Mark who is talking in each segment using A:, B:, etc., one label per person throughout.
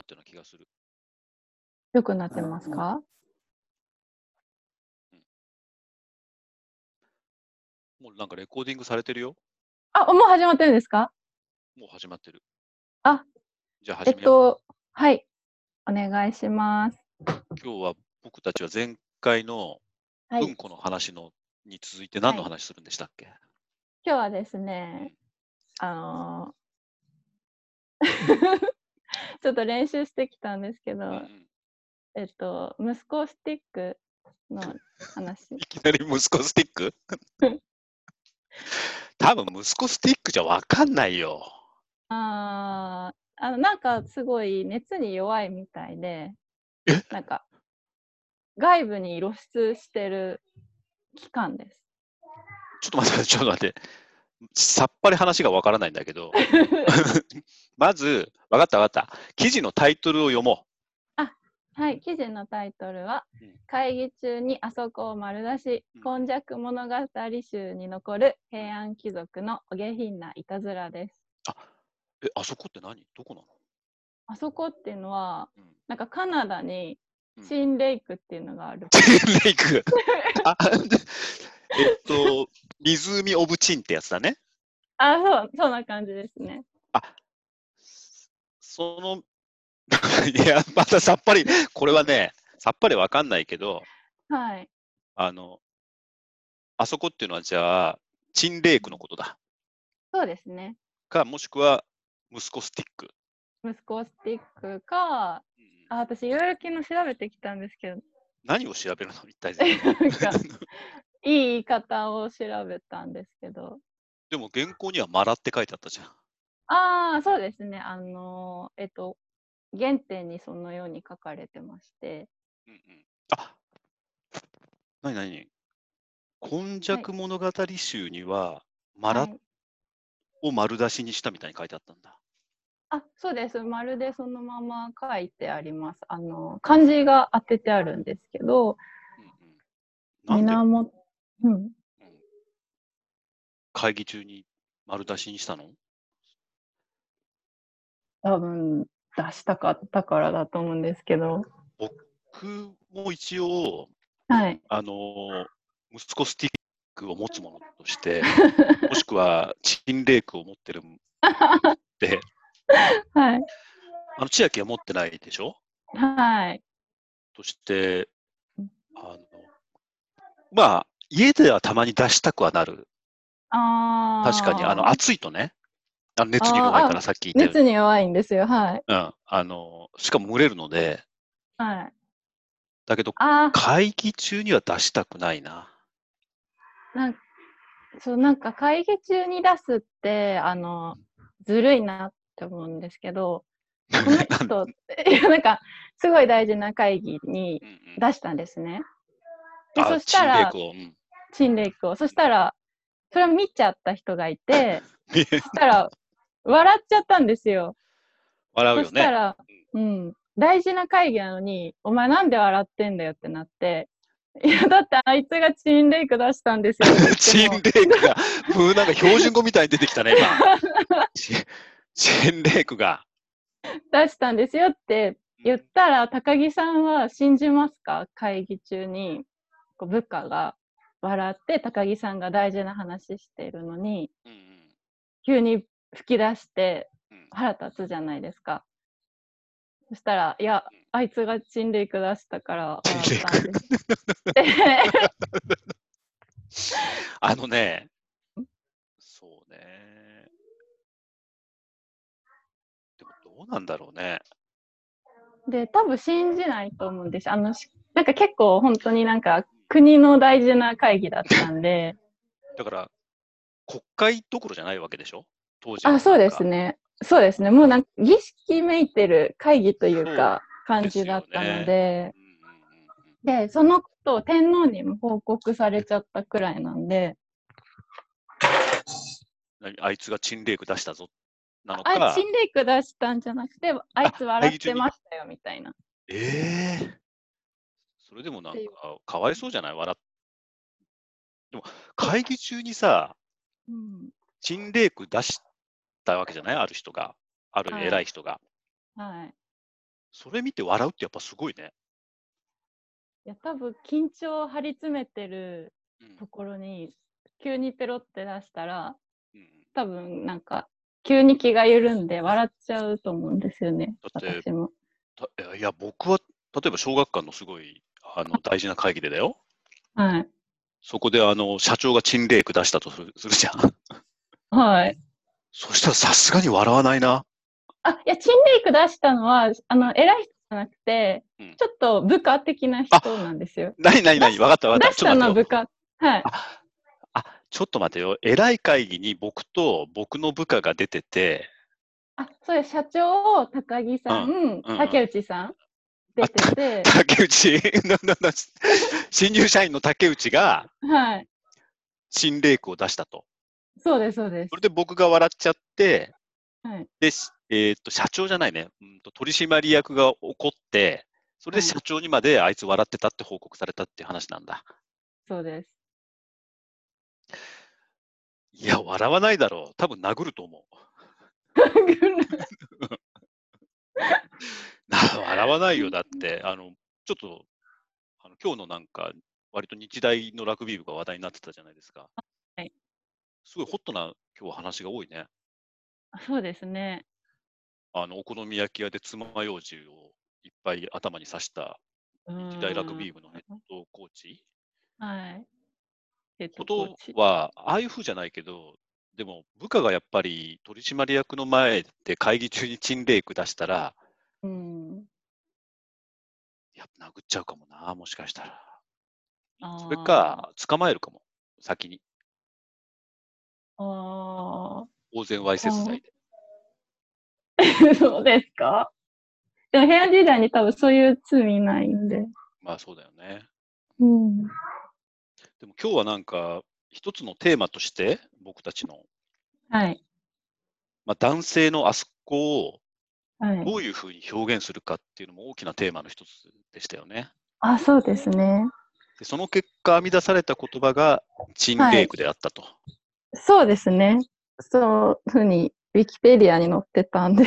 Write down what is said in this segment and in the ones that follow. A: ったような気がする。
B: 良くなってますか
A: もうなんかレコーディングされてるよ。
B: あ、もう始まってるんですか
A: もう始まってる。
B: あ、
A: じゃあ
B: え
A: 始
B: っ
A: めよう。
B: と、はい。お願いします。
A: 今日は僕たちは前回のう
B: は
A: ん
B: い。
A: この話のに続いて何の
B: はい
A: 話するんでしたっけ、
B: 今日はですね、あの ーちょっと練習してきたんですけど、
A: うんうん
B: えっと、息子スティックの話
A: い。きなり息子スティッ ク多分息子スティックじゃわかんないよ。
B: あーあの、なんかすごい熱に弱いみたいで
A: え、
B: なんか外部に露出してる期間です。
A: ちょっと待って、ちょっと待って。さっぱり話がわからないんだ けど。まず、わかったわかった。記事のタイトルを読も
B: はい、記事のタイトルは
A: うん
B: 「会議中にあそこを丸出し
A: うん
B: 今昔物語集に残る平安貴族のお下品ないたずら」です。
A: う。え、あそこって何どこなの、
B: あそこっていうのは
A: うん、
B: なんかカナダに
A: うん
B: シンレイクっていうの がある、
A: チンレイク。あでえっと、湖オブチンってやつだね。
B: あそうそんな感じですね。
A: その、 いや、またさっぱり、これはね、さっぱりわかんないけど、
B: はい、
A: あの、あそこっていうのはじゃあ、チンレイクのことだ。
B: そうですね。
A: か、もしくは、息子スティック。
B: 息子スティックかあ
A: うん
B: 私いろいろ昨日調べてきたんですけど
A: 何を調べるの一体
B: なんかいい言い方を調べたんですけど
A: でも原稿には「マラ」って書いてあったじゃん。
B: ああ、そうですね。あのーえっと、原点にそのように書かれてまして、
A: うんうん、あなになに「今昔物語集」には「マ
B: は
A: ラ
B: い、」
A: を丸出しにしたみたいに書いてあったんだ。
B: あ、そうです。まるでそのまま書いてあります。あのー、漢字が当ててあるんですけど、
A: うんうん、なんで
B: 源、うん。
A: 会議中に丸出しにしたの
B: 多分、出したかったからだと思うんですけど、
A: 僕も一応、
B: はい。
A: あのー息子スティックを持つものと して、もしくはチンレイクを持ってるって、
B: はい。
A: あの千秋は持ってないでしょ
B: はい。
A: として
B: うん、
A: あの、まあ、家ではたまに出したくはなる。
B: ああ。
A: 確かに、あの、暑いとね、あの熱に弱いから
B: あ
A: さっき言ったよ
B: 熱に弱いんですよ。はい。
A: うに、うん、あの、しかも蒸れるので、
B: はい。
A: だけど、
B: ああ。
A: 会議中には出したくないな。
B: なんそうなんか会議中に出すってあのずるいなって思うんですけどこ の人って いやなんかすごい大事な会議に
A: うんうん
B: 出したんですね。で
A: あ
B: そしたら
A: チンレイクをうん
B: チンレイクをそしたらそれを見ちゃった人がいてそしたら笑っちゃったんですよ。
A: 笑う
B: そ
A: よ
B: した
A: ね。
B: ら、うん、大事な会議なのにお前なんで笑ってんだよってなって。いやだってあいつがチンレイク出したんですよって
A: チンレ
B: 言っても。
A: イクが、もうなんか標準語みたいに出てきたね、今。 チンチンレイクが。
B: 出したんですよって言ったら、高木さんは信じますか会議中にこう部下が笑って高木さんが大事な話しているのに
A: うんうん
B: 急に吹き出して
A: うん
B: 腹立つじゃないですかそしたら「いやあいつがチンレイク出したから笑ったんです」って
A: あのね、そうね。でもどうなんだろうね。
B: で多分信じないと思うんですあのしなんか結構本当になんか国の大事な会議だったんで
A: だから、国会どころじゃないわけでしょ当時は
B: あ、そうです
A: なんか。
B: ね。そうですね。もうなんか儀式めいてる会議というか感
A: ですよ
B: じ
A: ね
B: だったので、
A: うんうんうんうん
B: でそのことを天皇にも報告されちゃったくらいなんで、
A: 何あいつがチンレイク出したぞ。なの
B: あ、
A: か
B: チ、ンレイク出したんじゃなくて、あいつ笑ってましたよみたいな。
A: ええそれでもなんか
B: っていう、
A: かわいそうじゃない笑っでも、会議中にさ、
B: うん、
A: チンレイク出したわけじゃないある人が、ある
B: はい
A: 偉い人が。
B: はい。
A: それ見て笑うってやっぱすごいね。
B: いや多分緊張を張り詰めてる
A: うん
B: ところに急にペロって出したら
A: うん
B: 多分なんか急に気が緩んで笑っちゃうと思うんですよね
A: だって
B: 私も。
A: たいやいや、僕は、例えば小学館のすごいあ の大事な会議でだよ。
B: はい。
A: そこであの社長が陳列区出したとするするじゃん。
B: はい。
A: そしたらさすがに笑わないな。
B: あ、いや、チンレイク出したのは、あの、偉い人じゃなくて、
A: うん
B: ちょっと部下的な人なんですよ。
A: なになになにわかったわか
B: 出
A: った。
B: し
A: ちょ
B: た
A: っと
B: のは
A: 待
B: 部
A: ってよ。
B: 下。はい。
A: あ、あちょっと待てよ。偉い会議に僕と僕の部下が出てて、
B: あ、そうです。社長、高木さん、
A: うん
B: 竹内さん、出てて、
A: 竹内、 ななな新入社員の竹内が
B: はい。
A: 新レイクを出したと。
B: そうです、そうです
A: そ。れで僕が笑っちゃって、
B: はい。
A: で、しえーっと、社長じゃないね、うんと、取締役が怒って、それで
B: はい
A: 社長にまであいつ笑ってたって報告されたっていう話なんだ。
B: そうです。
A: いや、笑わないだろう。多分殴ると思う。な 笑わないよ。だって、あの、ちょっと、あの今日のなんか、割と日大のラグビー部が話題になってたじゃないですか。
B: はい。
A: すごいホットな今日は話が多いね。
B: そうですね。
A: あの、お好み焼き屋で爪楊枝をいっぱい頭に刺した日大ラグビー部のヘッドコーチ
B: うんはい。えっ
A: ことは、ああいうふうじゃないけど、でも部下がやっぱり取締役の前で会議中に陳列区出したら、
B: うん。
A: やっぱ殴っちゃうかもな、もしかしたら。
B: あー
A: それ。か、捕まえるかも、先に。
B: あ
A: 公然わいせつ罪で。
B: あ。 そうですかでも平安時代に多分そういう罪ないんで。
A: まあそうだよね。
B: うん。
A: でも今日はなんか、一つのテーマとして、僕たちの、
B: はい。
A: まあ、男性のあそこを
B: はい。
A: どういうふうに表現するかっていうのも大きなテーマの一つでしたよね。
B: あ、そうですね。
A: でその結果、編み出された言葉が、チンレイクであったと。
B: そうですね。そういうふうに、ウィキペディアに載ってたんで。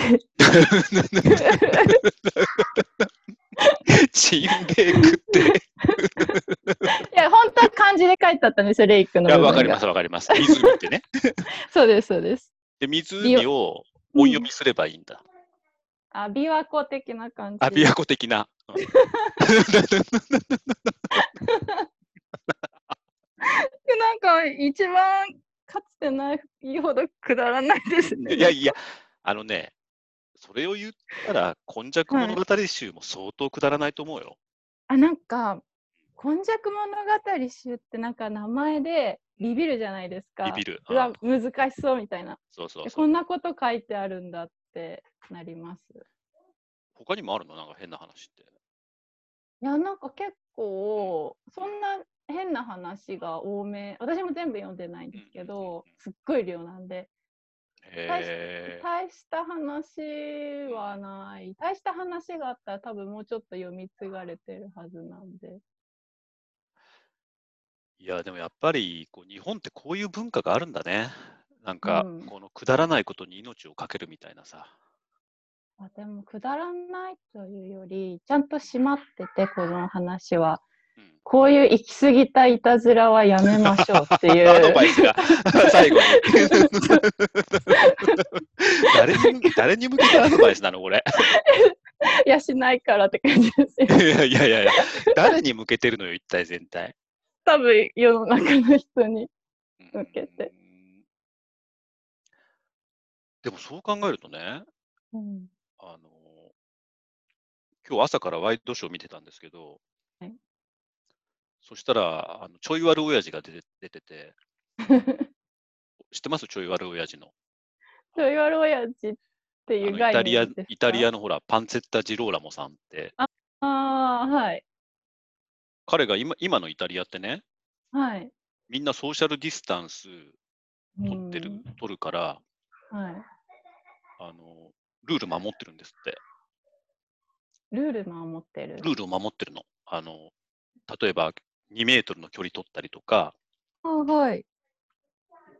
A: チンレイクって。
B: いや、本当は漢字で書いてあったんですよ、レイク
A: い
B: の部
A: や、
B: 分が。
A: わかります、わかります。湖ってね。
B: そうです、そうです。
A: で、湖を
B: うん
A: 音読みすれ ばいいんだ。
B: あ、琵琶湖的な感じ。
A: アビアコ的な。うん
B: なんか、一番かつてないほどくだらないですね。
A: いやいや、あのね、それを言ったら、今昔物語集も相当くだらないと思うよ。
B: あ、なんか、今昔物語集ってなんか名前でビビるじゃないですか。
A: ビビる。
B: う
A: う
B: わ
A: ん、
B: 難しそうみたいな。
A: そうそう
B: え
A: そ
B: こ
A: う。
B: んなこと書いてあるんだってなります。
A: 他にもあるのなんか変な話って。
B: いや、なんか結構、そんな変な話が多め。私も全部読んでないんですけど、すっごい量なんで。
A: へー
B: 大した話はない。大した話があったら多分もうちょっと読み継がれてるはずなんで。
A: いや、でもやっぱりこう、日本ってこういう文化があるんだね。なんか、
B: うん
A: このくだらないことに命をかけるみたいなさ。
B: あでも、くだらないというより、ちゃんと締まってて、この話は。
A: うん
B: こういう行き過ぎたいたずらはやめましょうってい う。
A: アドバイス が最後に 誰に向誰に向けたアドバイスなのこれ
B: いや、しないからって感じですよ
A: い。やいやいやいや誰に向けてるのよ一体全体
B: 多分、世の中の人に。向けて
A: うんでもそう考えるとね
B: うん、
A: あの今日朝からワイドショー見てたんですけど、
B: はい
A: そしたらあのちょい悪親父が出て出てて 知ってますちょい悪親父の
B: そう言われ親父ってい
A: あ
B: う
A: のイ
B: 概
A: タリア
B: 念ですか
A: イタリアのほらパンツェッタ・ジローラモさんって
B: ああ、はい。
A: 彼が今今のイタリアってね
B: はい。
A: みんなソーシャルディスタンス取ってる、
B: うん
A: 取るから
B: はい。
A: あのルール守ってるんですって
B: ルール守ってる。
A: ルールを守ってるの。あの例えば2メートルの距離取ったりとか、
B: あーはい。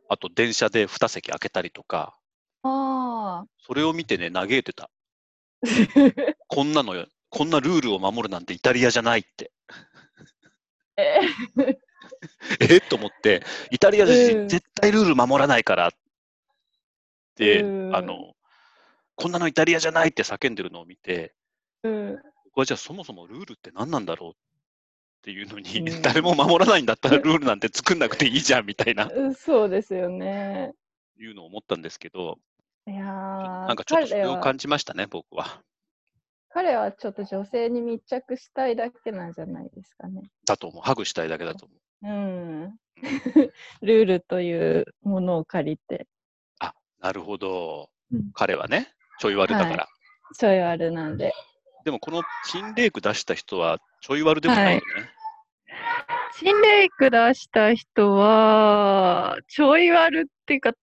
A: あと電車で2席空けたりとか、
B: ああ。
A: それを見てね、嘆いてた。こんなのよ、こんなルールを守るなんてイタリアじゃないって。
B: え
A: えっと思って、イタリア人、
B: うん
A: 絶対ルール守らないからって、
B: うん
A: あの、こんなのイタリアじゃないって叫んでるのを見て、
B: うん
A: 僕はじゃあそもそもルールって何なんだろうっていうのに、
B: うん
A: 誰も守らないんだったらルールなんて作んなくていいじゃんみたいな、
B: うん、そうですよね。
A: いうのを思ったんですけど、
B: いやー
A: なんかちょっとそ
B: 彼
A: れを
B: は
A: 感じましたね、僕は。
B: 彼はちょっと女性に密着したいだけなんじゃないですかね。
A: だと思う。ハグしたいだけだと思う。
B: うん、 ルールというものを借りて、
A: なるほど
B: うん。
A: 彼はね、ちょい悪だから。
B: ちょいあるなんで。
A: でもこの新レイク出した人はちょい悪でもないよね。
B: 新レイク出した人は、ちょい悪っていうか、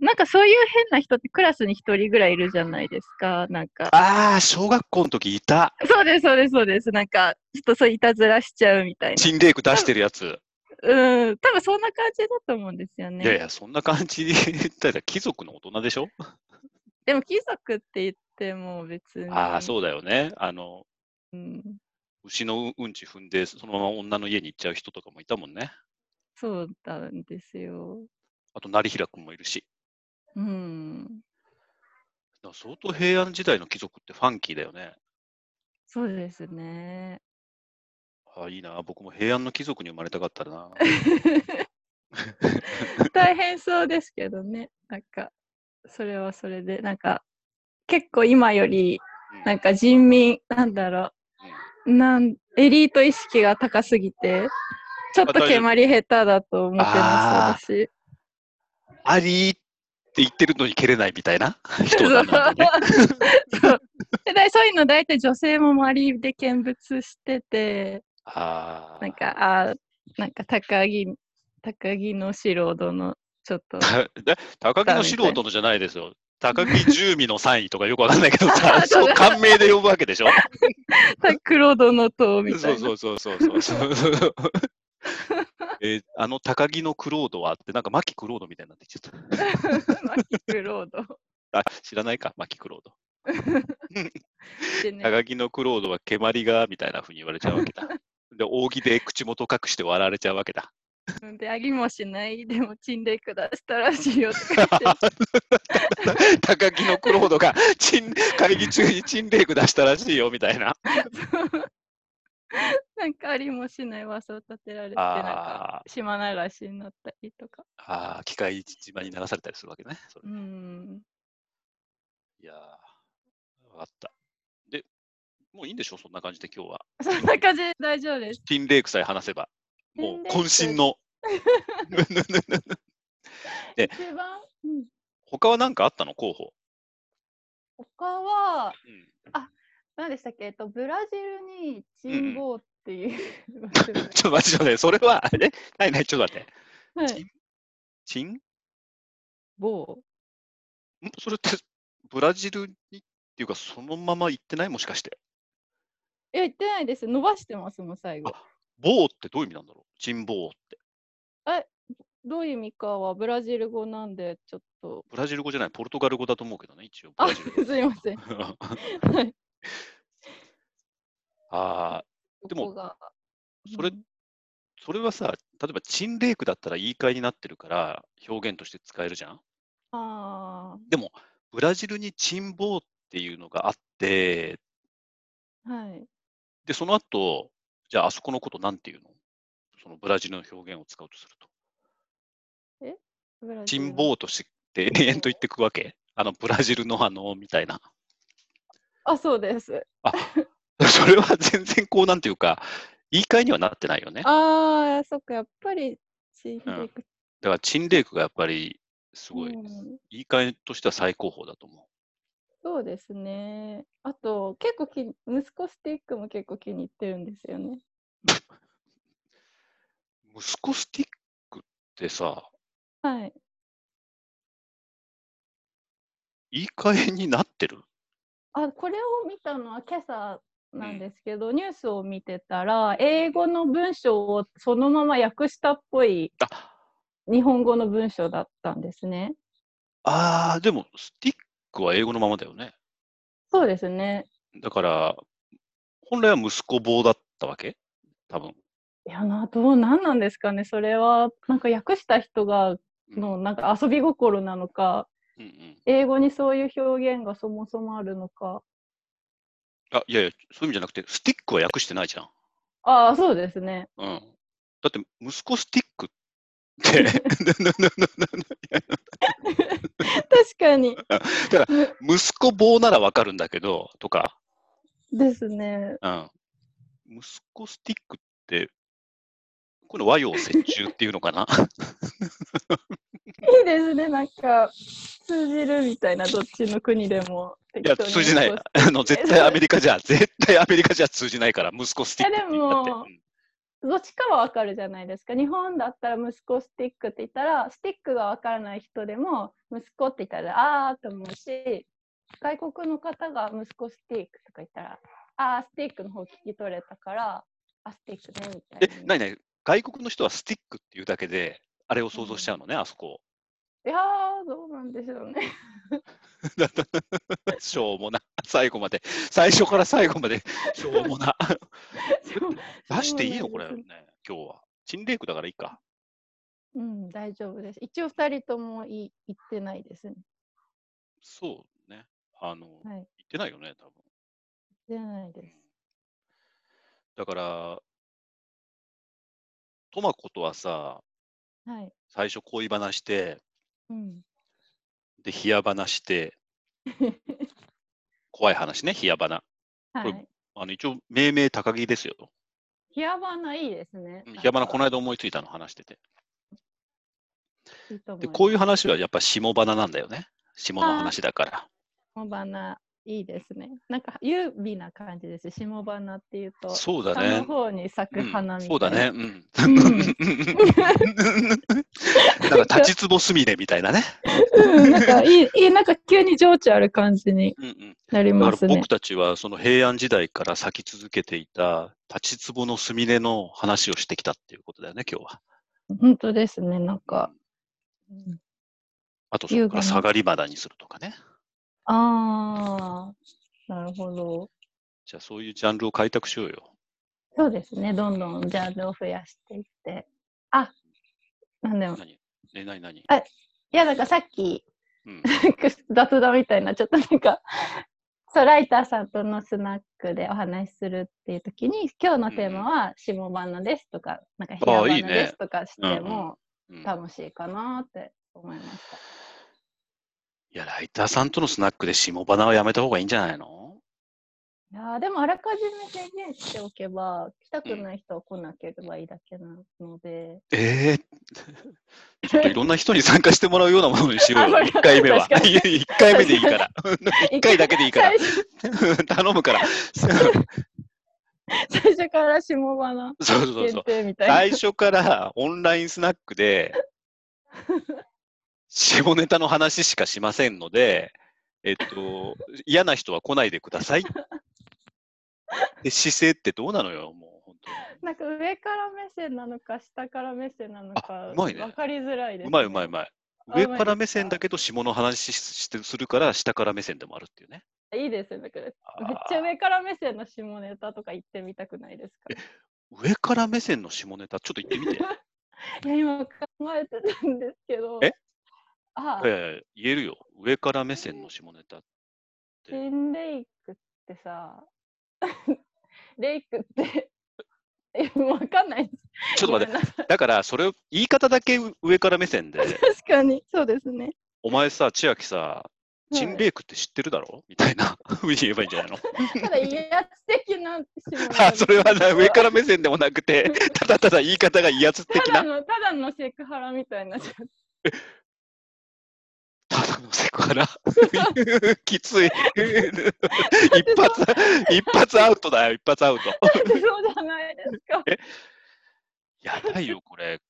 B: なんかそういう変な人ってクラスに一人ぐらいいるじゃないですか。なんか、
A: ああ、小学校の時いた。
B: そうです、そうです、そうです。なんか、ちょっとそういたずらしちゃうみたいな。
A: 新レイク出してるやつ。
B: うん、多分そんな感じだと思うんですよね。
A: いやいや、そんな感じで言ったら貴族の大人でしょ、
B: でも貴族って言っても別に。
A: ああ、そうだよね。あの、
B: うん。
A: 牛のうんち踏んで、そのまま女の家に行っちゃう人とかもいたもんね。
B: そうなんですよ。
A: あと、成平君もいるし。
B: うん。
A: だから相当平安時代の貴族ってファンキーだよね。
B: そうですね。
A: ああ、いいな。僕も平安の貴族に生まれたかったらな。
B: 大変そうですけどね。なんか、それはそれで、なんか、結構今より、
A: う
B: なんんか人民、なんだろう、なんエリート意識が高すぎて、ちょっと蹴まり下手だと思ってます、私。
A: ありーって言ってるのに蹴れないみたい な人なんだね。
B: そうでだいそういうの大体女性も周りで見物してて、
A: ああ。
B: なんか、あーなんか高木、高木の四郎殿、ちょっ と。
A: ただ 高木の素人のじゃないですよ。高木十味の3位とかよくわかんない けど
B: あ
A: さ、
B: そう
A: そう
B: だ
A: 感銘で呼ぶわけでしょ
B: 黒殿とみた
A: そ
B: いうな。
A: そうそうそうそう そう。えーあの高木のクロードはって、なんかマキクロードみたいになってきちゃっ
B: マキクロード。
A: た。あ、知らないか、マキクロード。
B: でね
A: 高木のクロードは蹴鞠がみたいなふうに言われちゃうわけ だ。で、扇で口元隠して笑われちゃうわけだ。
B: で、ありもしない、でも、チンレイク出したらしいよとか言って。
A: 高木のクロードがチン会議中にチンレイク出したらしいよみたいな。
B: なんかありもしない噂を立てられて、なんか、
A: あー
B: 島ならしになったりとか。
A: あー、機械島に流されたりするわけね。それ
B: うん。
A: いやー、わかった。で、もういいんでしょ、そんな感じで今日は。
B: そんな感じで大丈夫です。
A: ティンレイクさえ話せば、もう
B: ティンレイク
A: 渾身の。え
B: 一番、うん、
A: 他は何かあったの候補。
B: 他は、
A: うん
B: 何でしたっけ、えっと、ブラジルにチンボーっていう場
A: ちょっ
B: 所が、
A: と待って、ちょっと待って、それは、えないない、ちょっと待って。
B: はい、
A: チンん
B: ボー。
A: それって、ブラジルにっていうか、そのまま行ってないもしかして。
B: いや、言ってないです。伸ばしてますもん、最後。
A: ボーってどういう意味なんだろうチンボーって。
B: どういう意味かはブラジル語なんで、ちょっと、
A: ブラジル語じゃない、ポルトガル語だと思うけどね、一応。ブ
B: あ、
A: ラジル語
B: すいません。はい。
A: ああ、でも
B: ここが
A: それ
B: うん
A: それはさ、例えばチンレイクだったら言い換えになってるから、表現として使えるじゃん。
B: あ
A: でも、ブラジルにチンボーっていうのがあって、
B: あ、はい。
A: で、その後、じゃあ、あそこのことなんていうのそのブラジルの表現を使うとすると。
B: ブラジ
A: チ
B: ル
A: ンボーとして延々と言ってくわけあの、ブラジルのあの、みたいな。
B: あ、そうです。
A: それは全然こう、なんていうか、言い換えにはなってないよね。だか
B: ああ、そっか、やっぱりチームで
A: ら、チンレイクがやっぱり、すごい、
B: うん
A: 言い換えとしては最高峰だと思
B: そうですね。あと、結構き、息子スティックも結構気に入ってるんですよね。
A: う。息子スティックってさ、
B: はい。
A: 言い換えになってる
B: あ、これを見たのは今朝なんですけど、ニュースを見てたら、英語の文章をそのまま訳したっぽい
A: あ
B: 日本語の文章だったんですね。
A: あー、でも、スティックは英語のままだよね。
B: そうですね。
A: だから、本来は息子棒だったわけ多分。
B: いやな、 どう、なんなんですかね、それは。なんか訳した人
A: う
B: が、
A: ん
B: の、なんか遊び心なのか、
A: うんうん。
B: 英語にそういう表現がそもそもあるのか。
A: あ、いやいや、そういう意味じゃなくて、スティックは訳してないじゃん。
B: ああ、そうですね。
A: うん。だって、息子スティックって、 ななななな
B: 確かに。
A: 息子棒ならわかるんだけど、とか、
B: ですね。
A: うん。息子スティックって、この和洋折衷っていうのかな
B: いいですね、なんか、通じるみたいな、どっちの国でも。
A: いや、通じない。あの、絶対アメリカじゃ、絶対アメリカじゃ通じないから、息子スティックって言ったって。
B: えでもどっちかはわかるじゃないですか。日本だったら息子スティックって言ったら、スティックがわからない人でも、息子って言ったら、あーと思うし、外国の方が息子スティックとか言ったら、あー、スティックの方聞き取れたから、あ、スティックね、みた
A: え
B: いな。、
A: なになに外国の人はスティックっていうだけで、あれを想像しちゃうのね、あそこ。
B: いやー、どうなんでしょうね。
A: しょうもな。最後まで。最初から最後まで、しょうもな。出していいのこれ、
B: そうなん
A: ね、今日は。チンレイクだからいいか。
B: うん、大丈夫です。一応二人ともい言ってないですね。
A: そうね。あの、言っ
B: はい。
A: てないよね、多分。
B: 言ってないです。
A: だから、トマコとはさ、
B: はい。
A: 最初恋話して、
B: うん。
A: で、冷や話して、怖い話ね、冷や花。こ
B: は
A: れ
B: い。
A: あの一応、命名高木ですよ。
B: 冷や花いいですね。
A: 冷や花、この
B: い
A: 間思いついたの話してて。
B: いいと思い
A: で、
B: ます。
A: こういう話はやっぱ下花なんだよね。下の話だから。
B: 下花いいですね。なんか優美な感じです。下花っていうと、
A: そうだ
B: 下
A: ね
B: の。方に咲く
A: う
B: 花
A: ん
B: みたいな。
A: そうだね。。うん。 なんか立ちつぼすみれみたいなね。
B: うん、なんかいい、いい、なんか急に情緒ある感じに
A: うんうん
B: なり
A: だ
B: ま
A: か
B: す
A: ら
B: ね
A: 僕。たちはその平安時代から咲き続けていた立ちつぼのすみれの話をしてきたっていうことだよね、今日は。
B: 本当ですね。なんか、うん
A: あとそこから
B: 優雅な
A: 下がり花にするとかね。
B: ああ、なるほど。
A: じゃあそういうジャンルを開拓しようよ。
B: そうですね。どんどんジャンルを増やしていって。あ、なんでも。
A: 何え、何 何
B: いや、なんかさっき、
A: うん。
B: なんか雑談みたいになっちゃったなんかそうライターさんとのスナックでお話しするっていう時に今日のテーマは下花ですとか、なんか
A: あ
B: 平
A: あいい
B: 花
A: ね
B: ですとかしても
A: うん
B: 楽しいかなって思いまし
A: いや、ライターさんとのスナックで下花はやめた方がいいんじゃないの
B: た、いやーでもあらかじめ制限しておけば来たくない人は来なければいいだけなので、
A: ええ ちょっといろんな人に参加してもらうようなものにしようよ、
B: あ
A: 1回目は。
B: 確かに
A: 1回目でいいから。1回だけでいいから
B: 最。初
A: 頼むから。そう
B: 最初から下花
A: そうそうそ
B: 限
A: う。
B: 定みたいな
A: 最初からオンラインスナックで、下ネタの話しかしませんので、えっと、嫌な人は来ないでください。で姿勢ってどうなのよ、もう本当に。
B: なんか上から目線なのか下から目線なの
A: あ
B: か
A: うまい
B: 分
A: ね
B: かりづらいです、ね
A: うまいうまいうまい。
B: あ
A: 上
B: うまい
A: から
B: です
A: 目線だけど下の話ししてするから下から目線でもあるっていうね。
B: いいですね。だからめっ
A: あー
B: ちゃ上から目線の下ネタとか言ってみたくないですか
A: 上から目線の下ネタ、ちょっと言ってみて。
B: いや、今考えてたんですけど。
A: え
B: ああ、
A: ええ言えるよ。上から目線の下ネタ。
B: チンレイクってさ、 レイクって、え、わかんないです。
A: ちょっと待って。
B: ごめんなさい
A: だから、それを、言い方だけ上から目線で、
B: 確かに、そうですね。
A: お前さ、千秋さ、チンレイクって知ってるだろみたいな、 言えばいいんじゃないの
B: はいただ、威圧的な下ネ タ。
A: あそれはな上からら目線でもなくて、ただただ言い方が威圧的
B: ただ
A: な。
B: の、ただのセクハラみた いになっ ちゃう。
A: ただのセクハラ。 きつい。 一発、一発アウトだよ、一発アウト。
B: そうじゃないですか。
A: やばいよ、これ。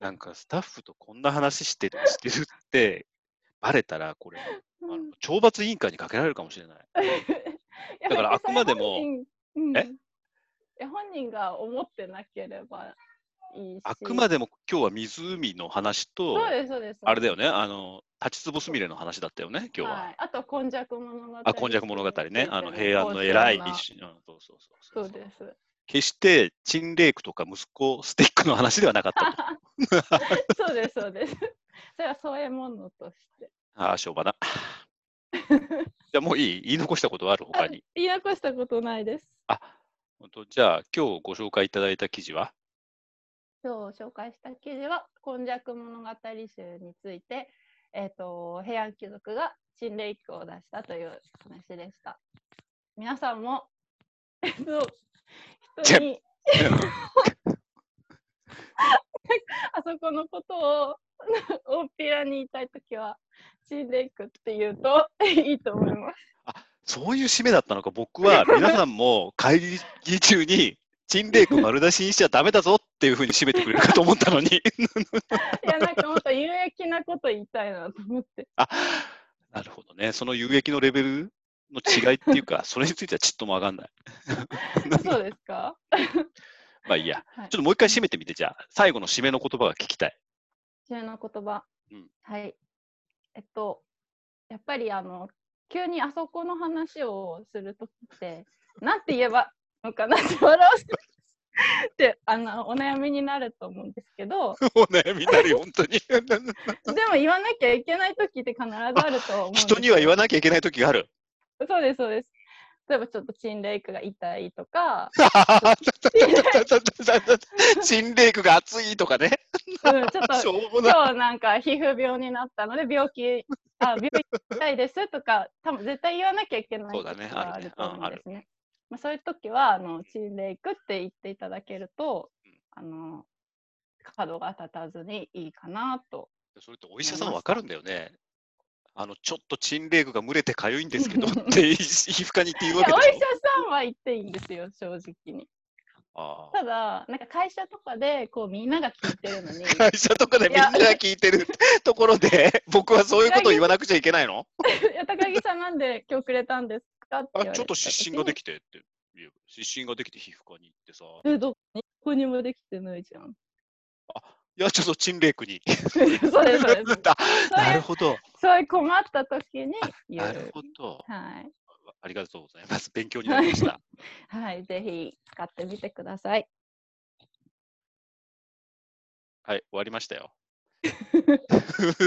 A: なんかスタッフとこんな話してるしてるって、バレたら、これ、 あの懲罰委員会にかけられるかもしれない。
B: だ
A: だからあくまでも
B: うん、
A: え
B: いや本人が思ってなければいいし。
A: あくまでも今日は湖の話と、
B: そうです、そうです。
A: あれだよね、あの、立ちつぼすみれの話だったよね、今日は。
B: い、あと、今昔物語。
A: あ、今昔物語ね、あの平安の偉い一種、うん、そうそうそ
B: そううです。
A: 決して、チンレイクとか息子スティックの話ではなかったと。
B: そうです、そうです。それはそういうものとして。
A: ああ、しょうがな。じゃあもういい言い残したことはある他に。
B: 言い残したことないです。
A: あ、本当じゃあ今日ご紹介いただいた記事は
B: 今日紹介した記事は、今昔物語集について、えっ、と、平安貴族が陳霊記を出したという話でした。皆さんも、えっと、人に、 あそこのことを、大っぴらに言いたいときは、陳霊記って言うと いいと思います。
A: そういう締めだったのか、僕は皆さんも会議中に、陳列区丸出しにしちゃダメだぞっていうふうに締めてくれるかと思ったのに。
B: いや、なんかもっと有益なこと言いたいなと思 って。
A: あ、なるほどね。その有益のレベルの違いっていう か、それについてはちっともわかんない。
B: あそうですか
A: まあいい や。
B: はい
A: ちょっともう一回締めてみて、じゃあ、最後の締めの言葉が聞きたい。
B: 知らない言葉、
A: うん
B: はいえっとやっぱりあの急にあそこの話をするとき ってなんて言えばいいのかなって笑わせてってあのお悩みになると思うんです けど
A: お悩みになるよ、本当に。
B: でも言わなきゃいけないときって必ずあると思うんです
A: 人には言わ
B: な
A: なきゃいけない時が ある。
B: そうですそうです例えばちょっとチンレイクが痛い とか、
A: 陳列区が熱いとかね。
B: うん、ちょっと
A: しょうもない。
B: 今日なんか皮膚病になったので病気 あ病気したいですとか多分絶対言わなきゃいけない
A: そうだね
B: 時が
A: ある
B: あ
A: ね
B: ると
A: うんあ
B: 思うん
A: る
B: ですね。まあそういう時はあのチンレイクって言っていただけると
A: うん
B: あの角が立たずにいいかなと。
A: それってお医者さんわかるんだよね。あの、ちょっと陳列区が蒸れてかゆいん ですけどって、医皮膚科に行って言う
B: い
A: わ
B: や
A: け
B: お医
A: でし
B: 者
A: ょ。
B: さんは言っていいんですよ正直に。
A: ああ
B: ただなんか会社とかでこうみんなが聞いてるの に
A: 会社とかでみんなが聞いてるところで、僕はそういうことを言わなくちゃいけないの
B: いや高木さんなんで今日くれたんですかって言わ
A: あ
B: れ
A: ちょっと失神がで
B: き
A: きてって言う。失神ができて皮膚科に行ってさ。
B: えどこにもできてないじゃ ん。
A: いや、ちょっと陳列区に。
B: そうですそうです。そういう
A: あ なるほど。
B: そういう困った時に言
A: なる
B: う。
A: ほど。
B: はい。
A: ありがとうございます。勉強になりま した。
B: はい。ぜひ使ってみてください。
A: はい、終わりましたよ。